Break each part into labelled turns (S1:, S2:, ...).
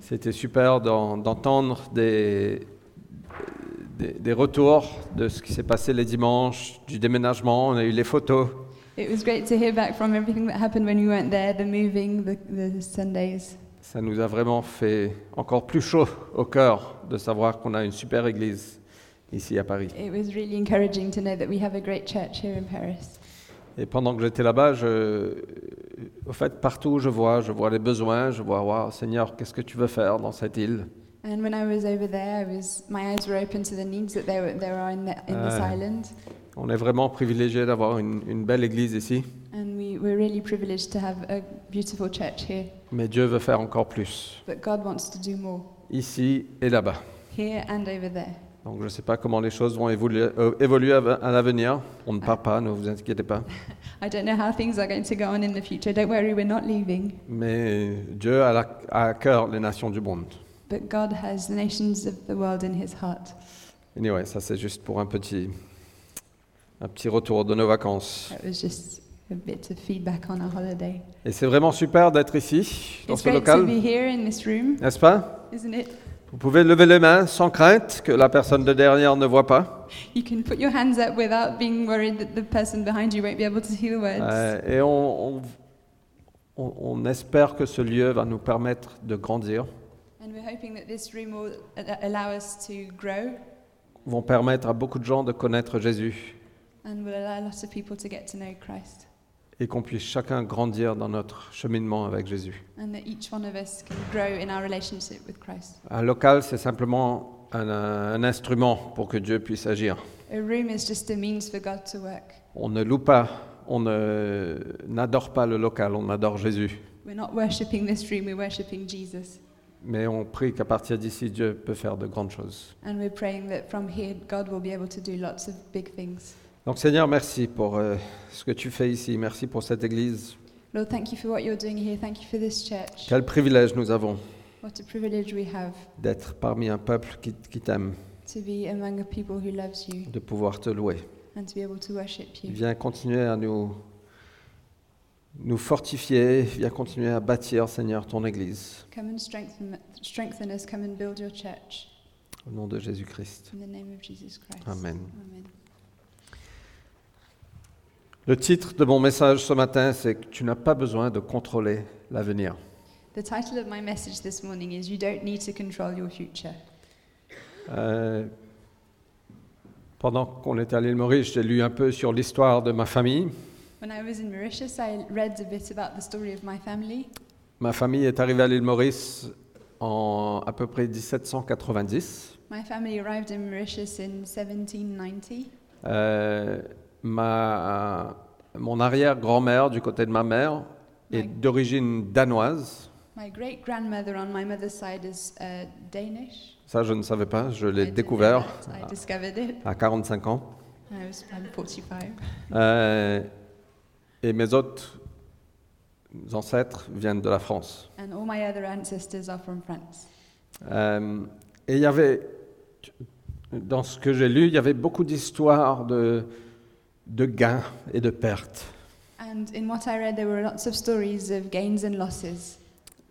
S1: C'était super d'en- d'entendre des, des, des retours de ce qui s'est passé les dimanches, du déménagement. On a eu les photos.
S2: It was great to hear back from everything that happened when we weren't there the moving, the, the Sundays.
S1: Ça nous a vraiment fait encore plus chaud au cœur de savoir qu'on a une super église ici à Paris.
S2: It was really encouraging to know that we have a great church here in Paris.
S1: Et pendant que j'étais là-bas, je, au fait, partout où je vois, je vois les besoins, je vois, Waouh, Seigneur, qu'est-ce que tu veux faire dans cette île
S2: And when I was over there, I was, my eyes were open to the needs that there, were, there are in, the, in this
S1: Ah.
S2: island.
S1: On est vraiment privilégié d'avoir une, une belle église ici,
S2: And we were really privileged to have a beautiful church here.
S1: mais Dieu veut faire encore plus,
S2: But God wants to do more
S1: ici et là-bas.
S2: here and over there.
S1: Donc je ne sais pas comment les choses vont évoluer, euh, évoluer à, à l'avenir. On ne part pas, ne vous inquiétez pas.
S2: I don't know how things are going to go on in the future. Don't worry, we're not leaving.
S1: Mais Dieu a, la- a à cœur les nations du monde.
S2: But God has the nations of the world in his heart.
S1: Anyway, ça c'est juste pour un petit, un petit retour de nos vacances.
S2: That was just a bit of feedback on our holiday.
S1: Et c'est vraiment super d'être ici, dans
S2: It's
S1: ce
S2: great to
S1: local,
S2: be here in this room,
S1: n'est-ce pas
S2: isn't it?
S1: Vous pouvez lever les mains sans crainte que la personne de derrière ne voit pas.
S2: You can put your hands up without being worried that the person behind you won't be able to see the words.
S1: Euh, et on, on- on- on espère que ce lieu va nous permettre de grandir,
S2: and we're hoping that this room will a- allow us to grow
S1: vont permettre à beaucoup de gens de connaître Jésus
S2: and will allow lots of people to get to know Christ.
S1: et qu'on puisse chacun grandir dans notre cheminement avec Jésus.
S2: And that each one of us can grow in our relationship with Christ.
S1: Un local, c'est simplement un, un instrument pour que Dieu puisse agir.
S2: A room is just a means for God to work.
S1: On ne loue pas, on ne- n'adore pas le local, on adore Jésus.
S2: We're not worshipping this room, we're worshipping Jesus.
S1: Mais on prie qu'à partir d'ici, Dieu peut faire de grandes choses.
S2: And we're praying that from here, God will be able to do lots of big things.
S1: Donc Seigneur, merci pour euh, ce que tu fais ici, merci pour cette Église.
S2: Lord, thank you for what you're doing here. Thank you for this church.
S1: Quel privilège nous avons
S2: What a privilege we have
S1: d'être parmi un peuple qui, qui t'aime,
S2: to be among a people who loves you
S1: de pouvoir te louer.
S2: and to be able to worship you.
S1: Viens continuer à nous, nous fortifier, viens continuer à bâtir, Seigneur, ton Église.
S2: Come and strengthen, strengthen us. Come and build your church
S1: Au nom de Jésus-Christ.
S2: in the name of Jesus Christ.
S1: Amen.
S2: Amen.
S1: Le titre de mon message ce matin, c'est que tu n'as pas besoin de contrôler l'avenir.
S2: The title of my message this morning is You Don't Need to Control Your Future.
S1: Euh, pendant qu'on était à l'île Maurice, j'ai lu un peu sur l'histoire de ma famille.
S2: When I was in Mauritius, I read a bit about the story of my family.
S1: Ma famille est arrivée à l'île Maurice en à peu près 1790.
S2: My family arrived in Mauritius in 1790.
S1: Euh, ma, euh, mon arrière-grand-mère du côté de ma mère est
S2: Ouais.
S1: d'origine danoise.
S2: My great grandmother on my mother's side is uh, Danish.
S1: Ça, je ne savais pas, je
S2: I
S1: l'ai
S2: didn't know
S1: découvert
S2: that. I discovered it.
S1: à 45 ans.
S2: I was um, I'm 45.
S1: Euh, et mes autres ancêtres viennent de la France.
S2: And all my other ancestors are from France.
S1: Euh, et il y avait, dans ce que j'ai lu, il y avait beaucoup d'histoires de, de gains et de pertes,
S2: And in what I read, there were lots of stories of gains and losses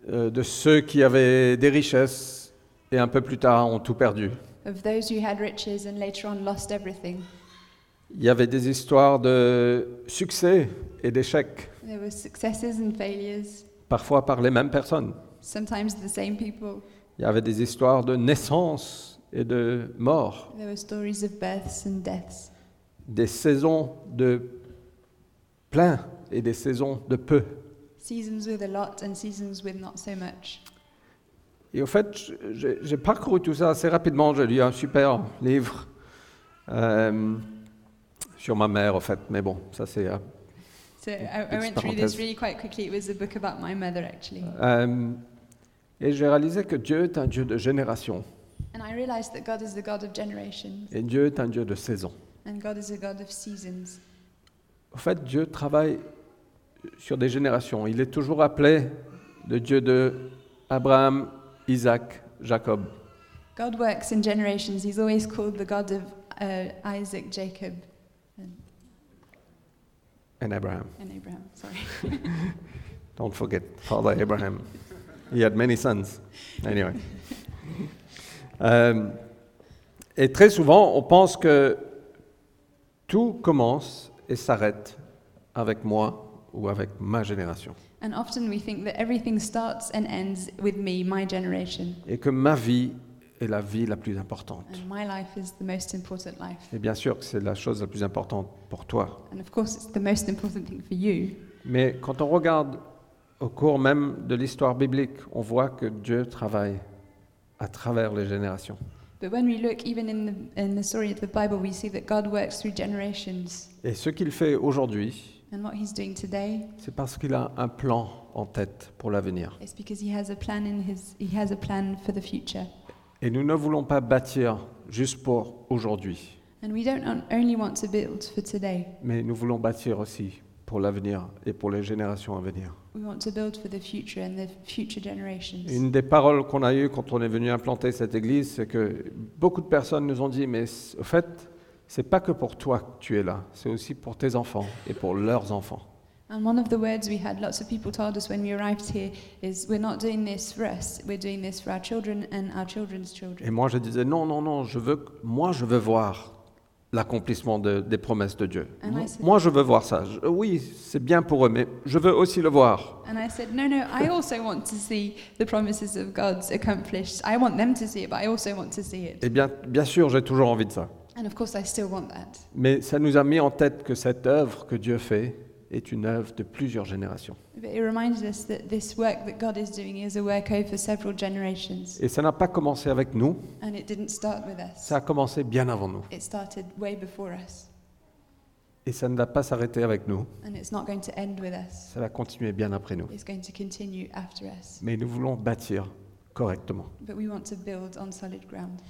S1: euh, de ceux qui avaient des richesses et un peu plus tard ont tout perdu.
S2: of those who had riches and later on lost everything.
S1: Il y avait des histoires de succès et d'échecs,
S2: There were successes and failures,
S1: parfois par les mêmes personnes.
S2: sometimes the same people.
S1: Il y avait des histoires de naissance et de mort,
S2: There were stories of births and deaths,
S1: des saisons de plein et des saisons de peu.
S2: seasons with a lot and seasons with not so much.
S1: Et au fait, j'ai j'ai parcouru tout ça assez rapidement. J'ai lu un super livre euh, sur ma mère, au fait. Mais bon, ça c'est. euh,
S2: So I, I
S1: Petite
S2: went through this
S1: parenthèse.
S2: really quite quickly. It was a book about my mother, actually.
S1: euh, et j'ai réalisé que Dieu est un Dieu de génération
S2: And I realized that God is the God of generations
S1: et Dieu est un Dieu de saison.
S2: and God is a God of seasons.
S1: Au fait, Dieu travaille sur des générations. Il est toujours appelé le Dieu de Abraham, Isaac, Jacob.
S2: God works in generations. He's always called the God of uh, Isaac, Jacob,
S1: And Abraham.
S2: and Abraham. Sorry.
S1: Don't forget, Father Abraham. He had many sons. Anyway. Euh, et très souvent, on pense que tout commence et s'arrête avec moi ou avec ma génération.
S2: And often we think that everything starts and ends with me, my generation,
S1: Et que ma vie est la vie la plus importante.
S2: and my life is the most important life.
S1: Et bien sûr que c'est la chose la plus importante pour toi.
S2: And of course, it's the most important thing for you.
S1: Mais quand on regarde au cours même de l'histoire biblique, on voit que Dieu travaille à travers les générations.
S2: But when we look even in the, in the story of the Bible, we see that God works through generations.
S1: Et ce qu'il fait aujourd'hui,
S2: And what he's doing today
S1: c'est parce qu'il a un plan en tête pour l'avenir.
S2: is because he has a plan in his he has a plan for the future.
S1: Et nous ne voulons pas bâtir juste pour aujourd'hui,
S2: And we don't on- only want to build for today.
S1: mais nous voulons bâtir aussi pour l'avenir et pour les générations à venir.
S2: We want to build for the future and the future generations.
S1: Une des paroles qu'on a eues quand on est venu implanter cette église, c'est que beaucoup de personnes nous ont dit, mais c- au fait, c'est pas que pour toi que tu es là, c'est aussi pour tes enfants et pour leurs enfants.
S2: And one of the words we had lots of people told us when we arrived here is we're not doing this for us, we're doing this for our children and our children's children.
S1: Et moi, je disais, non, non, non, je veux, moi, je veux voir l'accomplissement de- des promesses de Dieu.
S2: Ah,
S1: Moi-
S2: ouais, c'est-
S1: moi, je veux voir ça. Je- oui, c'est bien pour eux, mais je veux aussi le voir.
S2: And I said, no, no, I also want to see the promises of God's accomplished. I want them to see it, but I also want to see it.
S1: Et Eh bien, bien sûr, j'ai toujours envie de ça.
S2: And of course, I still want that.
S1: Mais ça nous a mis en tête que cette œuvre que Dieu fait est une œuvre de plusieurs générations.
S2: But it reminded us that this work that God is doing is a work over several generations.
S1: Et ça n'a pas commencé avec nous,
S2: And it didn't start with us,
S1: ça a commencé bien avant nous.
S2: it started way before us.
S1: Et ça ne va pas s'arrêter avec nous,
S2: And it's not going to end with us,
S1: ça va continuer bien après nous.
S2: it's going to continue after us.
S1: Mais nous voulons bâtir correctement.
S2: But we want to build on solid ground.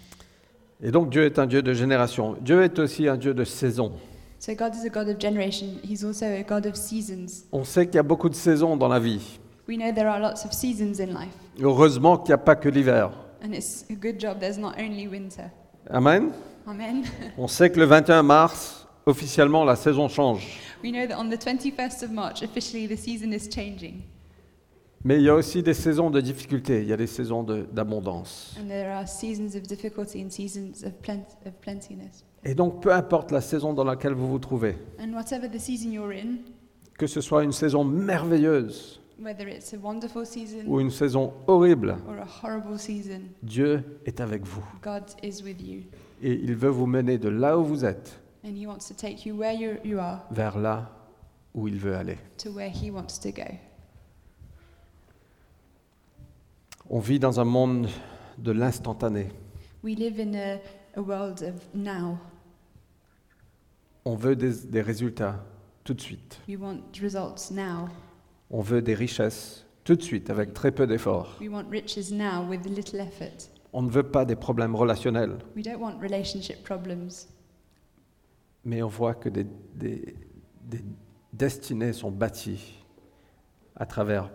S1: Et donc Dieu est un Dieu de génération. Dieu est aussi un Dieu de saison.
S2: So God is a God of generation, He's also a God of seasons.
S1: On sait qu'il y a beaucoup de saisons dans la vie.
S2: We know there are lots of seasons in life,
S1: Heureusement qu'il n'y a pas que l'hiver.
S2: and it's a good job there's not only winter.
S1: Amen.
S2: Amen.
S1: On sait que le 21 mars, officiellement, la saison change.
S2: we know that on the 21st of March, officially the season is changing,
S1: Mais il y a aussi des saisons de difficulté, il y a des saisons de- d'abondance.
S2: and there are seasons of difficulty and seasons of, plen- of plentiness.
S1: Et donc, peu importe la saison dans laquelle vous vous trouvez,
S2: And whatever the season you're in,
S1: que ce soit une saison merveilleuse
S2: whether it's a wonderful season
S1: ou une saison horrible,
S2: or a horrible season,
S1: Dieu est avec vous.
S2: God is with you,
S1: Et il veut vous mener de là où vous êtes
S2: and He wants to take you where you you are
S1: vers là où il veut aller.
S2: to where He wants to go.
S1: On vit dans un monde de l'instantané.
S2: We live in a, a world of now.
S1: On veut des, des résultats tout de suite.
S2: We want results now.
S1: On veut des richesses tout de suite avec très peu d'efforts.
S2: We want riches now with little effort.
S1: On ne veut pas des problèmes relationnels,
S2: We don't want relationship problems.
S1: mais on voit que des, des- des destinées sont bâties à travers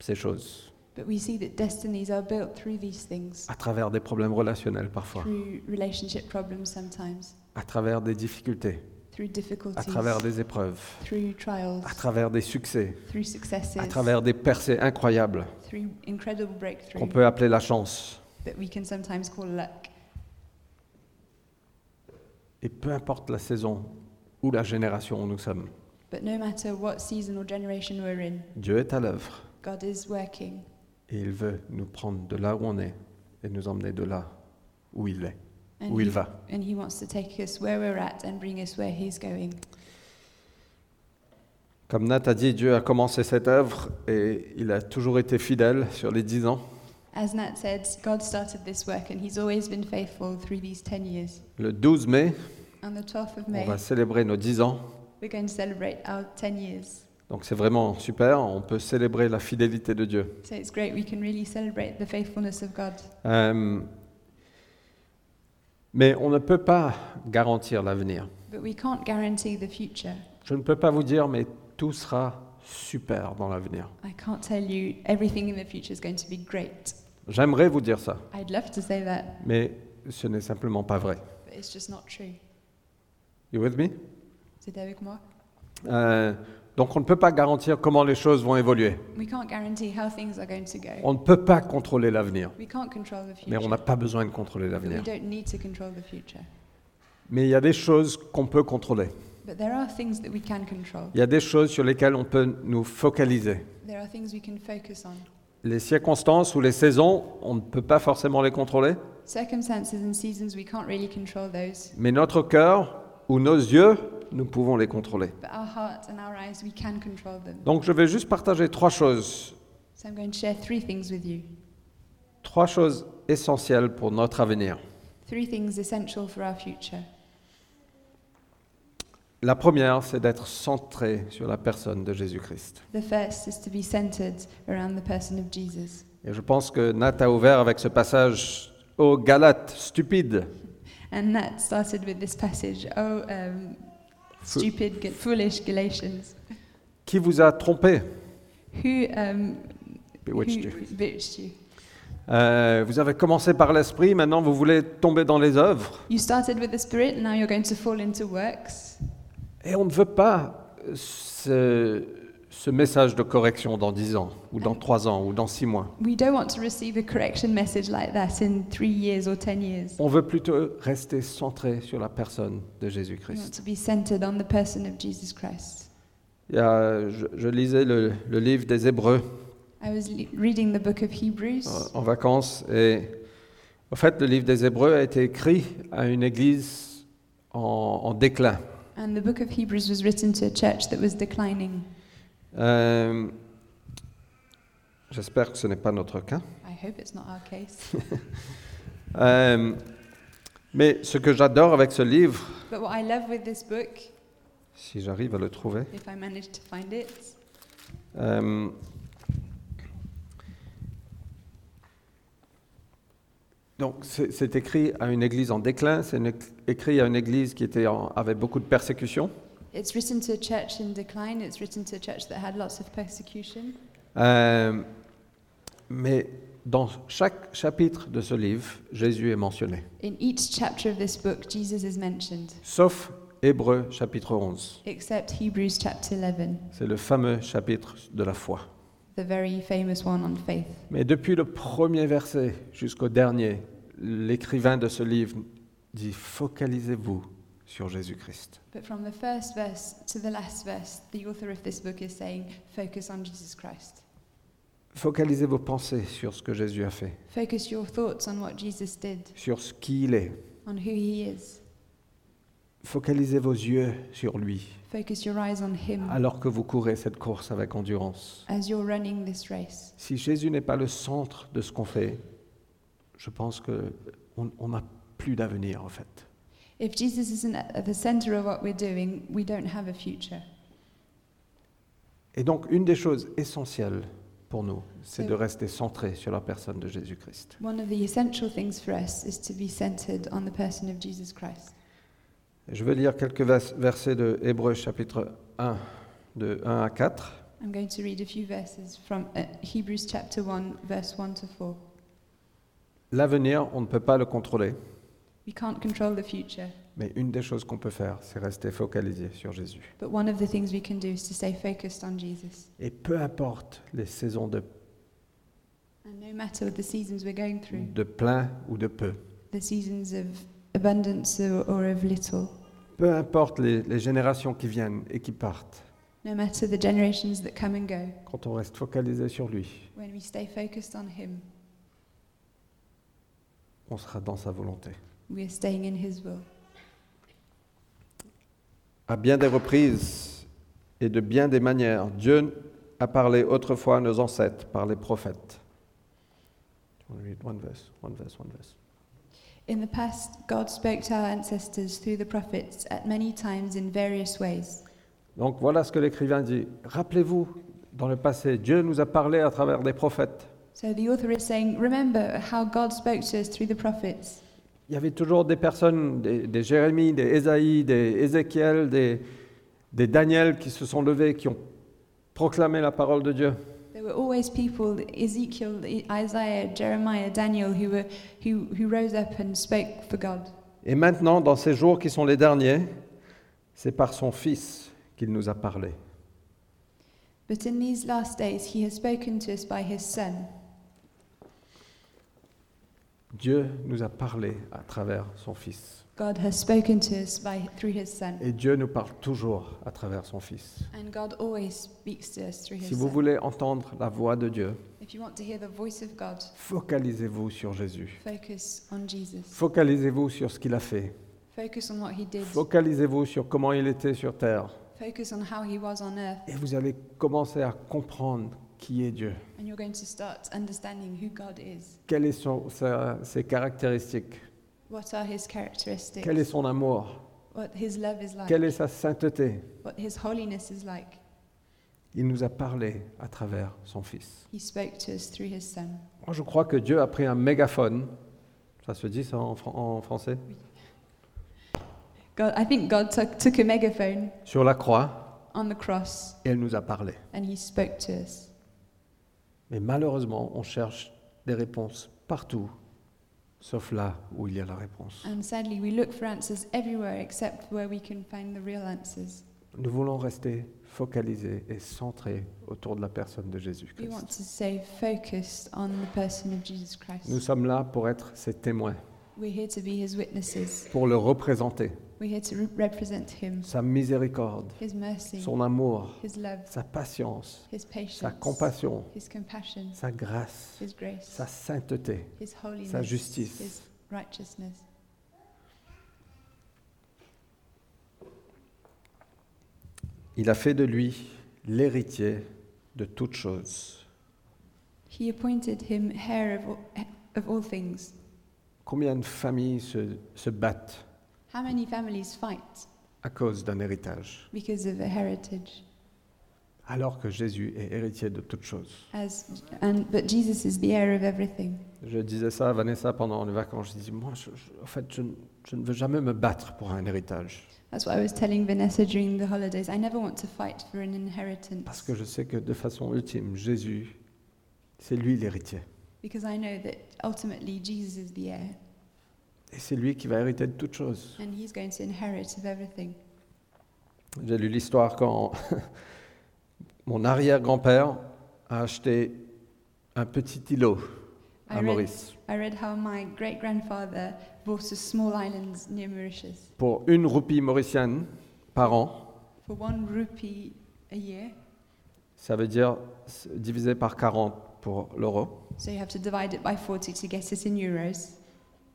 S1: ces choses.
S2: But we see that destinies are built through these things,
S1: à travers des problèmes relationnels parfois,
S2: through relationship problems sometimes,
S1: à travers des difficultés,
S2: through
S1: à
S2: difficulties,
S1: travers des épreuves,
S2: through trials,
S1: à travers des succès,
S2: through successes,
S1: à travers des percées incroyables
S2: through incredible
S1: qu'on
S2: breakthrough
S1: peut appeler la chance.
S2: that we can sometimes call luck.
S1: Et peu importe la saison ou la génération où nous sommes,
S2: But no matter what season or generation we're in,
S1: Dieu est à l'œuvre
S2: God is working
S1: et il veut nous prendre de là où on est et nous emmener de là où il est,
S2: and,
S1: où il
S2: he,
S1: va.
S2: and He wants to take us where we're at and bring us where He's going.
S1: Comme Nat a dit, Dieu a commencé cette œuvre et il a toujours été fidèle sur les dix ans.
S2: As Nat said, God started this work and He's always been faithful through these 10 years.
S1: Le 12 mai,
S2: On the 12th of
S1: on
S2: May,
S1: va célébrer nos dix ans.
S2: we're going to celebrate our 10 years.
S1: Donc c'est vraiment super, on peut célébrer la fidélité de Dieu.
S2: So it's great we can really celebrate the faithfulness of God.
S1: Euh, mais on ne peut pas garantir l'avenir.
S2: But we can't guarantee the future.
S1: Je ne peux pas vous dire, mais tout sera super dans l'avenir.
S2: I can't tell you everything in the future is going to be great.
S1: J'aimerais vous dire ça,
S2: I'd love to say that,
S1: mais ce n'est simplement pas vrai.
S2: but it's just not true.
S1: You with me?
S2: C'est avec moi?
S1: Euh, Donc on ne peut pas garantir comment les choses vont évoluer.
S2: We can't guarantee how things are going to go.
S1: On ne peut pas contrôler l'avenir.
S2: We can't control the
S1: Mais on
S2: future.
S1: n'a pas besoin de contrôler
S2: But we
S1: l'avenir.
S2: don't need to control the future.
S1: Mais il y a des choses qu'on peut contrôler.
S2: But there are things that we can control.
S1: Il y a des choses sur lesquelles on peut nous focaliser.
S2: There are things we can focus on.
S1: Les circonstances ou les saisons, on ne peut pas forcément les contrôler.
S2: Circumstances and seasons, we can't really control those.
S1: Mais notre cœur ou nos yeux, nous pouvons les contrôler.
S2: But our heart and our eyes, we can control them.
S1: Donc je vais juste partager trois choses,
S2: So I'm going to share three things with you.
S1: trois choses essentielles pour notre avenir.
S2: Three things essential for our future.
S1: La première, c'est d'être centré sur la personne de Jésus-Christ.
S2: The first is to be centered around the person of Jesus.
S1: Et je pense que Nat a ouvert avec ce passage aux Galates, stupide.
S2: And that started with this passage Oh, um,
S1: Fo-
S2: stupid, Ga- foolish Galatians,
S1: Qui vous a trompé
S2: who, um,
S1: Bewitched
S2: who
S1: you.
S2: bewitched you.
S1: Euh, vous avez commencé par l'esprit, maintenant vous voulez tomber dans les œuvres.
S2: You started with the Spirit, now you're going to fall into works.
S1: Et on ne veut pas euh, ce, ce message de correction dans 10 ans, ou dans 3 ans, ou dans 6 mois.
S2: We don't want to receive a correction message like that in three years or ten years.
S1: On veut plutôt rester centré sur la personne de
S2: We want
S1: Jésus-Christ.
S2: to be centered on the person of Jesus Christ.
S1: Il y a- je, je lisais le, le livre des Hébreux
S2: I was le- reading the book of Hebrews.
S1: euh, en vacances, et en fait, le livre des Hébreux a été écrit à une église en- en déclin.
S2: And the book of Hebrews was written to a church that was declining.
S1: Euh, J'espère que ce n'est pas notre cas.
S2: I hope it's not our case.
S1: Euh, mais ce que j'adore avec ce livre,
S2: but what I love with this book,
S1: si j'arrive à le trouver,
S2: if I manage to find it,
S1: euh, donc c'est c'est écrit à une église en déclin, c'est une- écrit à une église qui était en- avait beaucoup de persécutions.
S2: it's written to a church in decline. It's written to a church that had lots of persecution.
S1: Euh, mais dans chaque chapitre de ce livre, Jésus est mentionné,
S2: In each chapter of this book, Jesus is mentioned,
S1: sauf Hébreu chapitre 11.
S2: except Hebrews chapter 11,
S1: C'est le fameux chapitre de la foi.
S2: the very famous one on faith.
S1: Mais depuis le premier verset jusqu'au dernier, l'écrivain de ce livre dit focalisez-vous sur Jésus-Christ.
S2: But from the first verse to the last verse, the author of this book is saying, focus on Jesus Christ.
S1: Focalisez vos pensées sur ce que Jésus a fait,
S2: Focus your thoughts on what Jesus did,
S1: sur ce qu'il est.
S2: on who he is.
S1: Focalisez vos yeux sur lui
S2: Focus your eyes on Him
S1: alors que vous courez cette course avec endurance.
S2: as you're running this race.
S1: Si Jésus n'est pas le centre de ce qu'on fait, je pense que on on n'a plus d'avenir en fait.
S2: If Jesus isn't at the center of what we're doing, we don't have a future.
S1: Et donc une des choses essentielles pour nous, c'est
S2: C'est-
S1: de rester centré sur la personne de Jésus-Christ.
S2: One of the essential things for us is to be centered on the person of Jesus Christ.
S1: Je vais lire quelques vers- versets de Hébreux chapitre 1, de 1 à 4.
S2: I'm going to read a few verses from uh, Hebrews chapter 1, verse 1 to 4.
S1: L'avenir, on ne peut pas le contrôler,
S2: We can't control the future,
S1: mais une des choses qu'on peut faire, c'est rester focalisé sur Jésus.
S2: but one of the things we can do is to stay focused on Jesus.
S1: Et peu importe les saisons de,
S2: And no matter the seasons we're going through,
S1: de plein ou de peu,
S2: the seasons of abundance or, or of little,
S1: peu importe les, les générations qui viennent et qui partent,
S2: no matter the generations that come and go,
S1: quand on reste focalisé sur lui,
S2: when we stay focused on Him,
S1: on sera dans sa volonté.
S2: We are staying in His will.
S1: À bien des reprises et de bien des manières, Dieu a parlé autrefois à nos ancêtres par les prophètes. On read one verse, one verse, one verse.
S2: In the past, God spoke to our ancestors through the prophets at many times in various ways.
S1: Donc voilà ce que l'écrivain dit. Rappelez-vous, dans le passé, Dieu nous a parlé à travers des prophètes.
S2: So the author is saying, remember how God spoke to us through the prophets.
S1: Il y avait toujours des personnes, des, des Jérémie, des Ésaïe, des Ézéchiel, des, des Daniel qui se sont levés, qui ont proclamé la parole de Dieu.
S2: There were always people, Ezekiel, I- Isaiah, Jeremiah, Daniel, who, were, who, who rose up and spoke for God.
S1: Et maintenant, dans ces jours qui sont les derniers, c'est par son Fils qu'il nous a parlé.
S2: But in these last days, he has spoken to us by his Son.
S1: Dieu nous a parlé à travers son Fils.
S2: God has spoken to us by, through his Son.
S1: Et Dieu nous parle toujours à travers son Fils.
S2: And God always speaks to us through his
S1: Si vous
S2: Son.
S1: voulez entendre la voix de Dieu,
S2: If you want to hear the voice of God,
S1: focalisez-vous sur Jésus.
S2: focus on Jesus.
S1: Focalisez-vous sur ce qu'il a fait.
S2: Focus on what he did.
S1: Focalisez-vous sur comment il était sur terre.
S2: Focus on how he was on earth.
S1: Et vous allez commencer à comprendre qui est Dieu,
S2: And you're going to start understanding who God is.
S1: quelles sont sa- ses caractéristiques,
S2: What are his characteristics?
S1: quel est son amour,
S2: What his love is like.
S1: quelle est sa sainteté.
S2: What his holiness is like.
S1: Il nous a parlé à travers son Fils.
S2: He spoke to us through his Son.
S1: Moi, je crois que Dieu a pris un mégaphone. Ça se dit ça en, fran- en français
S2: God, I think God took, took a megaphone
S1: Sur la croix,
S2: on the cross
S1: et elle nous a parlé.
S2: and he spoke to us.
S1: Mais malheureusement, on cherche des réponses partout, sauf là où il y a la réponse.
S2: And sadly, we look for answers everywhere except where we can find the real answers.
S1: Nous voulons rester focalisés et centrés autour de la personne de
S2: We want
S1: Jésus-Christ.
S2: to stay focused on the person of Jesus Christ.
S1: Nous sommes là pour être ses témoins,
S2: We're here to be his witnesses.
S1: pour le représenter,
S2: We're here to re- represent him,
S1: sa miséricorde,
S2: his mercy,
S1: son amour,
S2: his love,
S1: sa patience,
S2: his
S1: sa
S2: patience,
S1: compassion,
S2: his compassion,
S1: sa grâce,
S2: his grace,
S1: sa sainteté.
S2: his holiness,
S1: sa justice.
S2: his righteousness.
S1: Il a fait de lui l'héritier de toutes choses.
S2: He appointed him heir of all, of all things.
S1: Combien de familles se, se battent
S2: How many families fight
S1: à cause d'un héritage,
S2: because of a heritage?
S1: alors que Jésus est héritier de toutes choses
S2: As, and, but Jesus is the heir of everything.
S1: Je disais ça à Vanessa pendant les vacances. Je dis, moi, je- je- en fait, je, ne- je ne veux jamais me battre pour un héritage,
S2: That's what I was telling Vanessa during the holidays. I never want to fight for an inheritance
S1: parce que je sais que de façon ultime, Jésus, c'est lui l'héritier.
S2: because I know that ultimately Jesus is the heir
S1: Et c'est lui qui va hériter de toutes choses.
S2: and he's going to inherit of everything.
S1: J'ai lu l'histoire quand mon arrière-grand-père a acheté un petit îlot
S2: I
S1: à
S2: read-
S1: Maurice
S2: I read how my great grandfather bought a small island near Mauritius
S1: pour une roupie mauricienne par an.
S2: for one rupee a year.
S1: Ça veut dire s- divisé par 40 pour l'euro.
S2: So you have to divide it by 40 to get it in euros.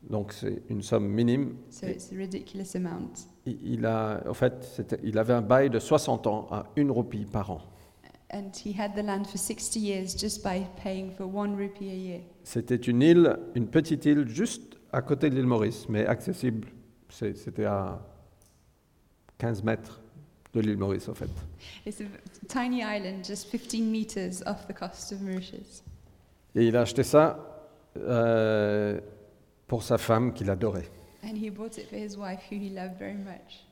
S1: Donc c'est une somme minime.
S2: So
S1: Et
S2: it's a ridiculous amount.
S1: Il il a, en fait, c'était- il avait un bail de 60 ans à une roupie par an.
S2: And he had the land for 60 years just by paying for one rupee a year.
S1: C'était une île, une petite île juste à côté de l'île Maurice, mais accessible. C'est- C'était à 15 mètres de l'île Maurice, en fait.
S2: It's a v- tiny island just 15 meters off the coast of Mauritius.
S1: Et il a acheté ça euh, pour sa femme qu'il adorait.
S2: And he bought it for his wife, who he loved very much.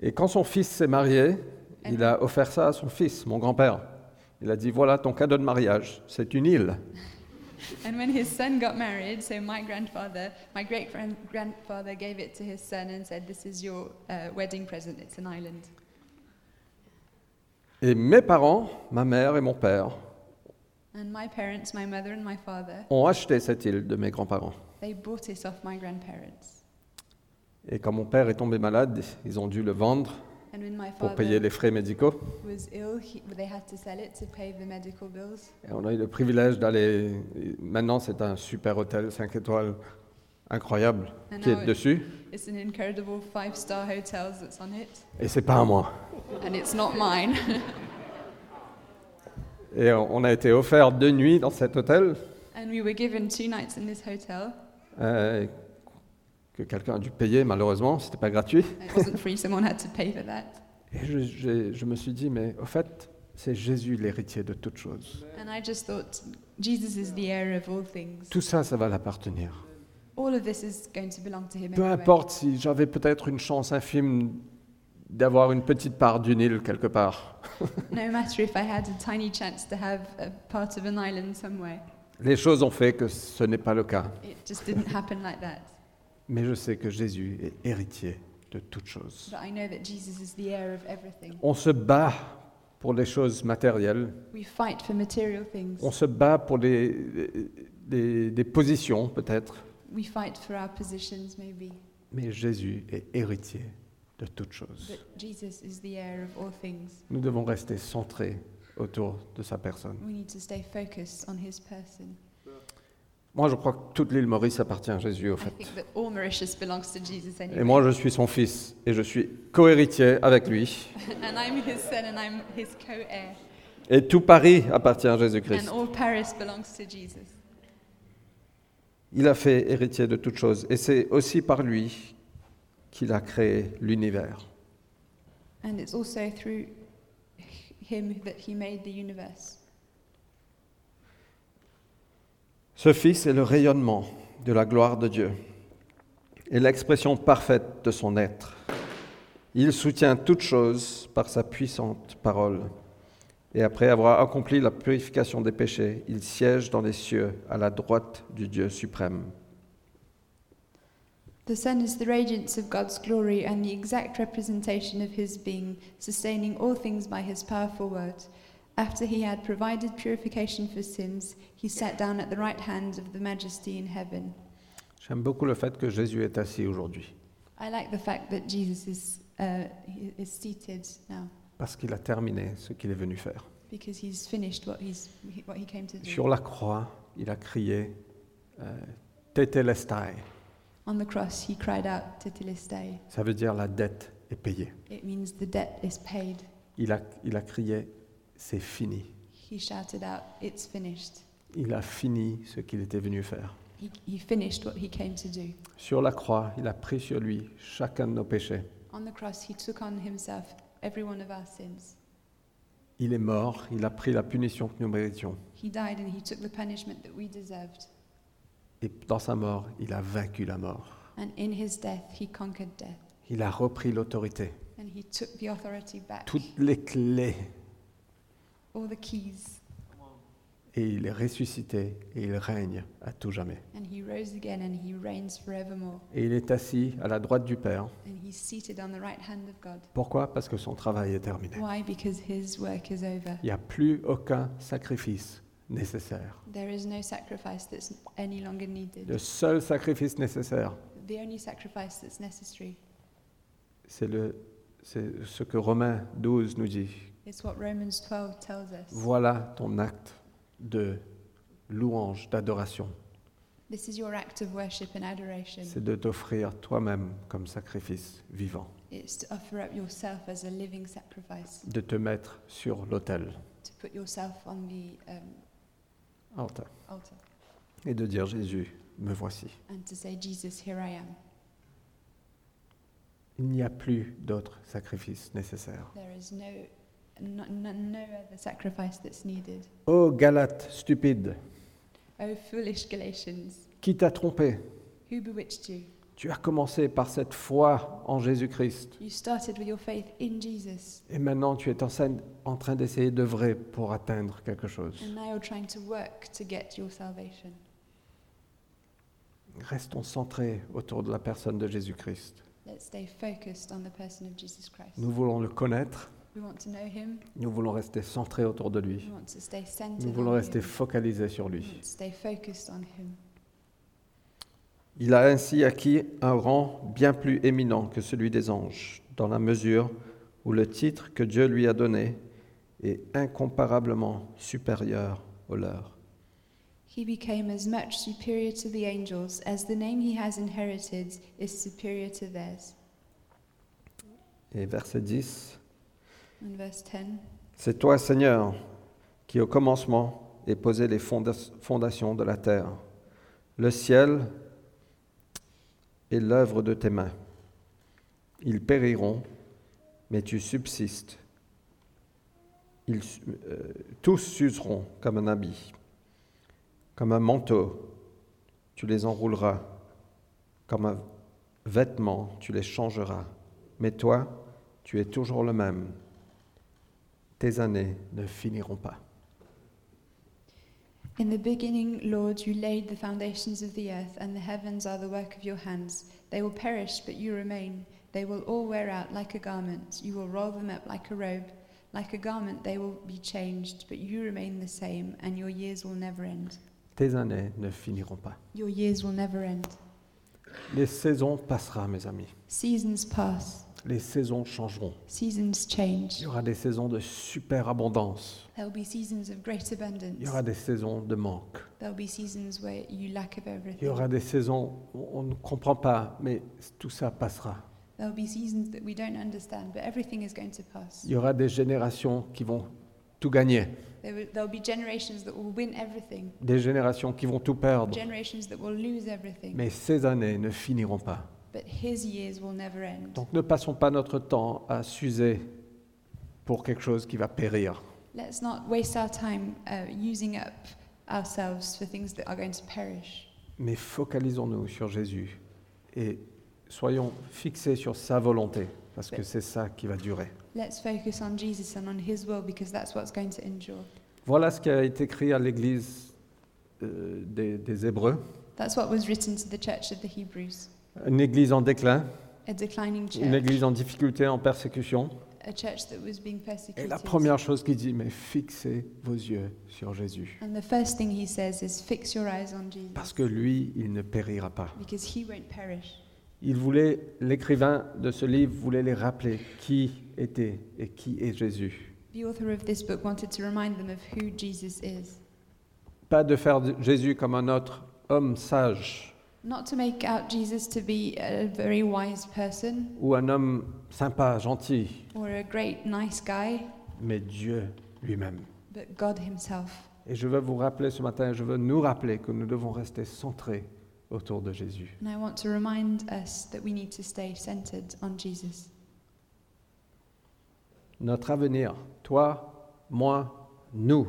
S1: Et quand son fils s'est marié, il a offert ça à son fils, mon grand-père. Il a dit, voilà ton cadeau de mariage, c'est une île.
S2: And when his son got married, so my grandfather, my great grand- grandfather gave it to his son and said, This is your uh, wedding present, it's an island.
S1: Et mes parents, ma mère et mon père,
S2: And my parents, my mother and my father,
S1: ont acheté cette île de mes grands-parents.
S2: they bought it off my grandparents.
S1: Et quand mon père est tombé malade, ils ont dû le vendre
S2: And when my
S1: pour
S2: father
S1: payer les frais médicaux.
S2: was ill, he, they had to sell it to pay the medical bills.
S1: Et on a eu le privilège d'aller. Maintenant, c'est un super hôtel 5 étoiles incroyable
S2: And
S1: qui
S2: now
S1: est
S2: it-
S1: dessus.
S2: It's an incredible five star hotel that's on it,
S1: Et c'est pas à moi.
S2: and it's not mine.
S1: Et on on a été offert deux nuits dans cet hôtel
S2: and we were given two nights in this hotel.
S1: euh, que quelqu'un a dû payer, malheureusement, c'était pas gratuit.
S2: It wasn't free, someone had to pay for that.
S1: Et je, j'ai- je me suis dit, mais au fait, c'est Jésus l'héritier de toutes choses.
S2: And I just thought, Jesus is the heir of all things.
S1: Tout ça, ça va l'appartenir.
S2: All of this is going to belong to him.
S1: Peu
S2: anyway.
S1: importe si j'avais peut-être une chance infime d'avoir une petite part du Nil quelque part.
S2: No matter if I had a tiny chance to have a part of an island somewhere,
S1: Les choses ont fait que ce n'est pas le cas.
S2: it just didn't happen like that.
S1: Mais je sais que Jésus est héritier de toutes choses.
S2: But I know that Jesus is the heir of everything.
S1: On se bat pour les choses matérielles.
S2: We fight for material things.
S1: On se bat pour des, des- des positions, peut-être.
S2: We fight for our positions, maybe.
S1: Mais Jésus est héritier de toutes choses.
S2: But Jesus is the heir of all things.
S1: Nous devons rester centrés autour de sa personne.
S2: We need to stay focused on his person.
S1: Moi, je crois que toute l'île Maurice appartient à Jésus, au
S2: I
S1: fait.
S2: think that all Mauritius belongs to Jesus
S1: Et
S2: anyway.
S1: moi, je suis son fils et je suis cohéritier avec lui.
S2: and I'm his son and I'm his co heir.
S1: Et tout Paris appartient à Jésus-Christ.
S2: And all Paris belongs to Jesus.
S1: Il a fait héritier de toutes choses. Et c'est aussi par lui qu'il a créé l'univers.
S2: And it's also through him that he made the universe.
S1: Ce Fils est le rayonnement de la gloire de Dieu et l'expression parfaite de son être. Il soutient toutes choses par sa puissante parole. Et après avoir accompli la purification des péchés, il siège dans les cieux à la droite du Dieu suprême.
S2: The Son is the radiance of God's glory and the exact representation of His being, sustaining all things by His powerful word. After He had provided purification for sins, He sat down at the right hand of the Majesty in heaven.
S1: J'aime beaucoup le fait que Jésus est assis aujourd'hui,
S2: I like the fact that Jesus is, uh, he is seated now
S1: parce qu'il a terminé ce qu'il est venu faire.
S2: because He's finished what, he's, what He came to do.
S1: Sur la croix, il a crié euh, Tetelestai,
S2: On the cross, He cried out, Tetelestai.
S1: ça veut dire la dette est payée.
S2: It means the debt is paid.
S1: Il a, il a crié C'est fini.
S2: He shouted out, It's finished.
S1: Il a fini ce qu'il était venu faire.
S2: He, he finished what He came to do.
S1: Sur la croix, il a pris sur lui chacun de nos péchés.
S2: On the cross, he took on himself every one of our sins.
S1: Il est mort, il a pris la punition que nous méritions.
S2: He died and he took the punishment that we deserved.
S1: Et dans sa mort, il a vaincu la mort.
S2: And in his death, he conquered death.
S1: Il a repris l'autorité,
S2: And he took the authority back,
S1: toutes les clés.
S2: all the keys.
S1: Et il est ressuscité et il règne à tout jamais.
S2: And he rose again and he reigns forevermore.
S1: Et il est assis à la droite du Père.
S2: And he's seated on the right hand of God.
S1: Pourquoi Parce que son travail est terminé.
S2: Why? Because his work is over.
S1: Il n'y a plus aucun sacrifice nécessaire.
S2: There is no sacrifice that's any longer needed.
S1: Le seul sacrifice nécessaire,
S2: The only sacrifice that's necessary
S1: c'est le- c'est ce que Romains 12 nous dit.
S2: is what Romans 12 tells us.
S1: Voilà ton acte de louange, d'adoration.
S2: This is your act of worship and adoration.
S1: C'est de t'offrir toi-même comme sacrifice vivant,
S2: It's to offer up yourself as a living sacrifice,
S1: de te mettre sur l'autel
S2: to put yourself on the um,
S1: altar,
S2: altar
S1: et de dire Jésus, me voici.
S2: and to say, Jesus, here I am.
S1: Il n'y a plus d'autre sacrifice nécessaire.
S2: There is no, no, no, no other sacrifice that's needed.
S1: Ô Galate stupide,
S2: Oh, foolish Galatians,
S1: qui t'a trompé
S2: who bewitched you?
S1: Tu as commencé par cette foi en Jésus-Christ,
S2: You started with your faith in Jesus,
S1: et maintenant tu es en, scène- en train d'essayer d'œuvrer pour atteindre quelque chose.
S2: and now you're trying to work to get your salvation.
S1: Restons centrés autour de la personne de Jésus-Christ.
S2: Let's stay focused on the person of Jesus Christ.
S1: Nous voulons le connaître.
S2: We want to know him,
S1: Nous voulons rester centrés autour de
S2: we
S1: lui.
S2: want to stay centered
S1: Nous voulons
S2: on
S1: rester
S2: him.
S1: focalisés sur
S2: We
S1: lui.
S2: want to stay focused on him.
S1: Il a ainsi acquis un rang bien plus éminent que celui des anges, dans la mesure où le titre que Dieu lui a donné est incomparablement supérieur au leur.
S2: He became as much superior to the angels as the name he has inherited is superior to theirs.
S1: Et verset 10,
S2: And verse 10
S1: C'est toi, Seigneur, qui au commencement ai posé les fonda- fondations de la terre. Le ciel est l'œuvre de tes mains. Ils périront, mais tu subsistes. Ils, su- euh, tous s'useront comme un habit, comme un manteau. Tu les enrouleras, comme un vêtement, tu les changeras. Mais toi, tu es toujours le même tes années ne finiront pas.
S2: In the beginning, Lord, you laid the foundations of the earth, and the heavens are the work of your hands. They will perish, but you remain. They will all wear out like a garment. You will roll them up like a robe. Like a garment, they will be changed, but you remain the same, and your years will never end.
S1: Tes années ne finiront pas.
S2: Your years will never end.
S1: Les saisons passeront, mes amis.
S2: Seasons pass,
S1: Les saisons changeront.
S2: seasons
S1: Il
S2: change.
S1: y aura des saisons de superabondance.
S2: There will be seasons of great
S1: Il y
S2: abundance.
S1: aura des saisons de manque.
S2: There will be seasons where you lack of
S1: Il y aura
S2: everything.
S1: des saisons où on ne comprend pas, mais tout ça passera.
S2: There will be seasons that we don't understand, but everything is going to pass.
S1: Il y aura des générations qui vont tout gagner,
S2: There will, there will be generations that will win everything,
S1: des générations qui vont tout perdre.
S2: generations that will lose everything,
S1: Mais ces années ne finiront pas.
S2: but his years will never end.
S1: Donc ne passons pas notre temps à s'user pour quelque chose qui va périr.
S2: Let's not waste our time uh, using up ourselves for things that are going to perish.
S1: Mais focalisons-nous sur Jésus et soyons fixés sur sa volonté, parce que c'est ça qui va durer.
S2: Let's focus on Jesus and on his will because that's what's going to endure.
S1: Voilà ce qui a été écrit à l'Église euh, des, des Hébreux,
S2: That's what was written to the church of the Hebrews
S1: une Église en déclin,
S2: a declining
S1: une
S2: church,
S1: Église en difficulté, en persécution.
S2: a church that was being
S1: Et
S2: persecuted.
S1: la première chose qu'il dit, mais fixez vos yeux sur Jésus,
S2: And the first thing he says is, Fix your eyes on Jesus
S1: parce que lui, il ne périra pas.
S2: because he won't perish.
S1: Il voulait, l'écrivain de ce livre voulait les rappeler qui était et qui est Jésus.
S2: The author of this book wanted to remind them of who Jesus is.
S1: Pas de faire de Jésus comme un autre homme sage
S2: Not to make out Jesus to be a very wise person
S1: ou un homme sympa, gentil,
S2: or a great, nice guy,
S1: mais Dieu lui-même.
S2: but God himself.
S1: Et je veux vous rappeler ce matin, je veux nous rappeler que nous devons rester centrés autour de Jésus.
S2: And I want to remind us that we need to stay centered on Jesus.
S1: Notre avenir, toi, moi, nous,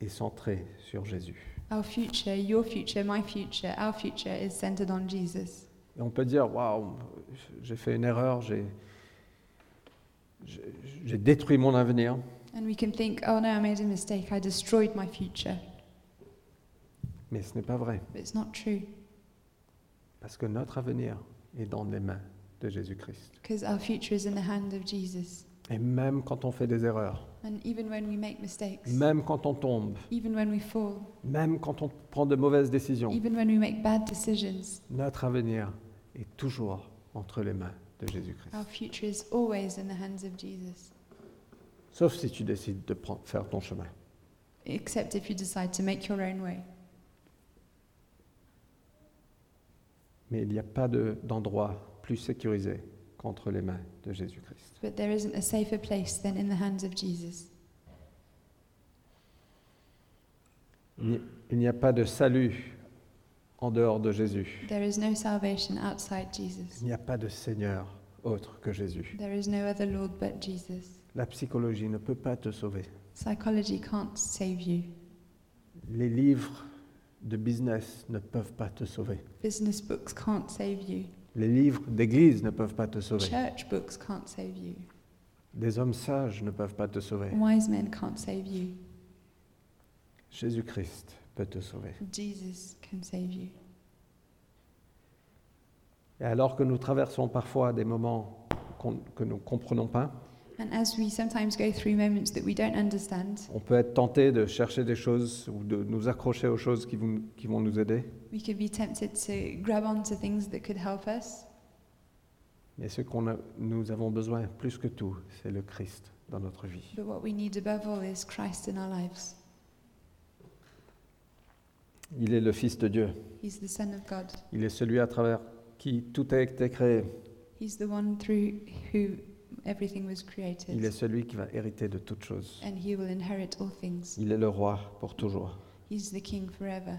S1: est centré sur Jésus.
S2: Our future, your future, my future, our future is centered on Jesus.
S1: Et on peut dire, waouh, j'ai fait une erreur, j'ai, j'ai- j'ai détruit mon avenir.
S2: And we can think, oh no, I made a mistake, I destroyed my future.
S1: Mais ce n'est pas vrai,
S2: But it's not true,
S1: parce que notre avenir est dans les mains de Jésus-Christ.
S2: because our future is in the hand of Jesus.
S1: Et même quand on fait des erreurs,
S2: And even when we make mistakes,
S1: même quand on tombe,
S2: even when we fall,
S1: même quand on prend de mauvaises décisions,
S2: even when we make bad decisions,
S1: notre avenir est toujours entre les mains de
S2: our
S1: Jésus-Christ.
S2: future is always in the hands of Jesus,
S1: Sauf si tu décides de prendre- faire ton chemin.
S2: except if you decide to make your own way.
S1: Mais il n'y a pas de- d'endroit plus sécurisé qu'entre les mains de Jésus-Christ.
S2: But there isn't a safer place than in the hands of Jesus.
S1: Il n'y- il n'y a pas de salut en dehors de Jésus.
S2: There is no salvation outside Jesus.
S1: Il n'y a pas de Seigneur autre que Jésus.
S2: There is no other Lord but Jesus.
S1: La psychologie ne peut pas te sauver.
S2: Psychology can't save you.
S1: Les livres de business ne peuvent pas te sauver.
S2: Business books can't save you.
S1: Les livres d'église ne peuvent pas te sauver.
S2: Church books can't save you.
S1: Des hommes sages ne peuvent pas te sauver.
S2: Wise men can't save you.
S1: Jésus-Christ peut te sauver.
S2: Jesus can save you.
S1: Et alors que nous traversons parfois des moments qu'on- que nous ne comprenons pas,
S2: And as we sometimes go through moments that we don't understand,
S1: on peut être tenté de chercher des choses ou de nous accrocher aux choses qui vont- qui vont nous aider.
S2: we could be tempted to grab onto things that could help us.
S1: Mais ce qu'on a- nous avons besoin plus que tout, c'est le Christ dans notre vie.
S2: But what we need above all is Christ in our lives.
S1: Il est le Fils de Dieu.
S2: He's the Son of God.
S1: Il est celui à travers qui tout a été créé.
S2: He's the one through who everything was
S1: Il est
S2: created.
S1: celui qui va hériter de toutes choses.
S2: And he will inherit all things.
S1: Il est le roi pour toujours.
S2: He's the King forever.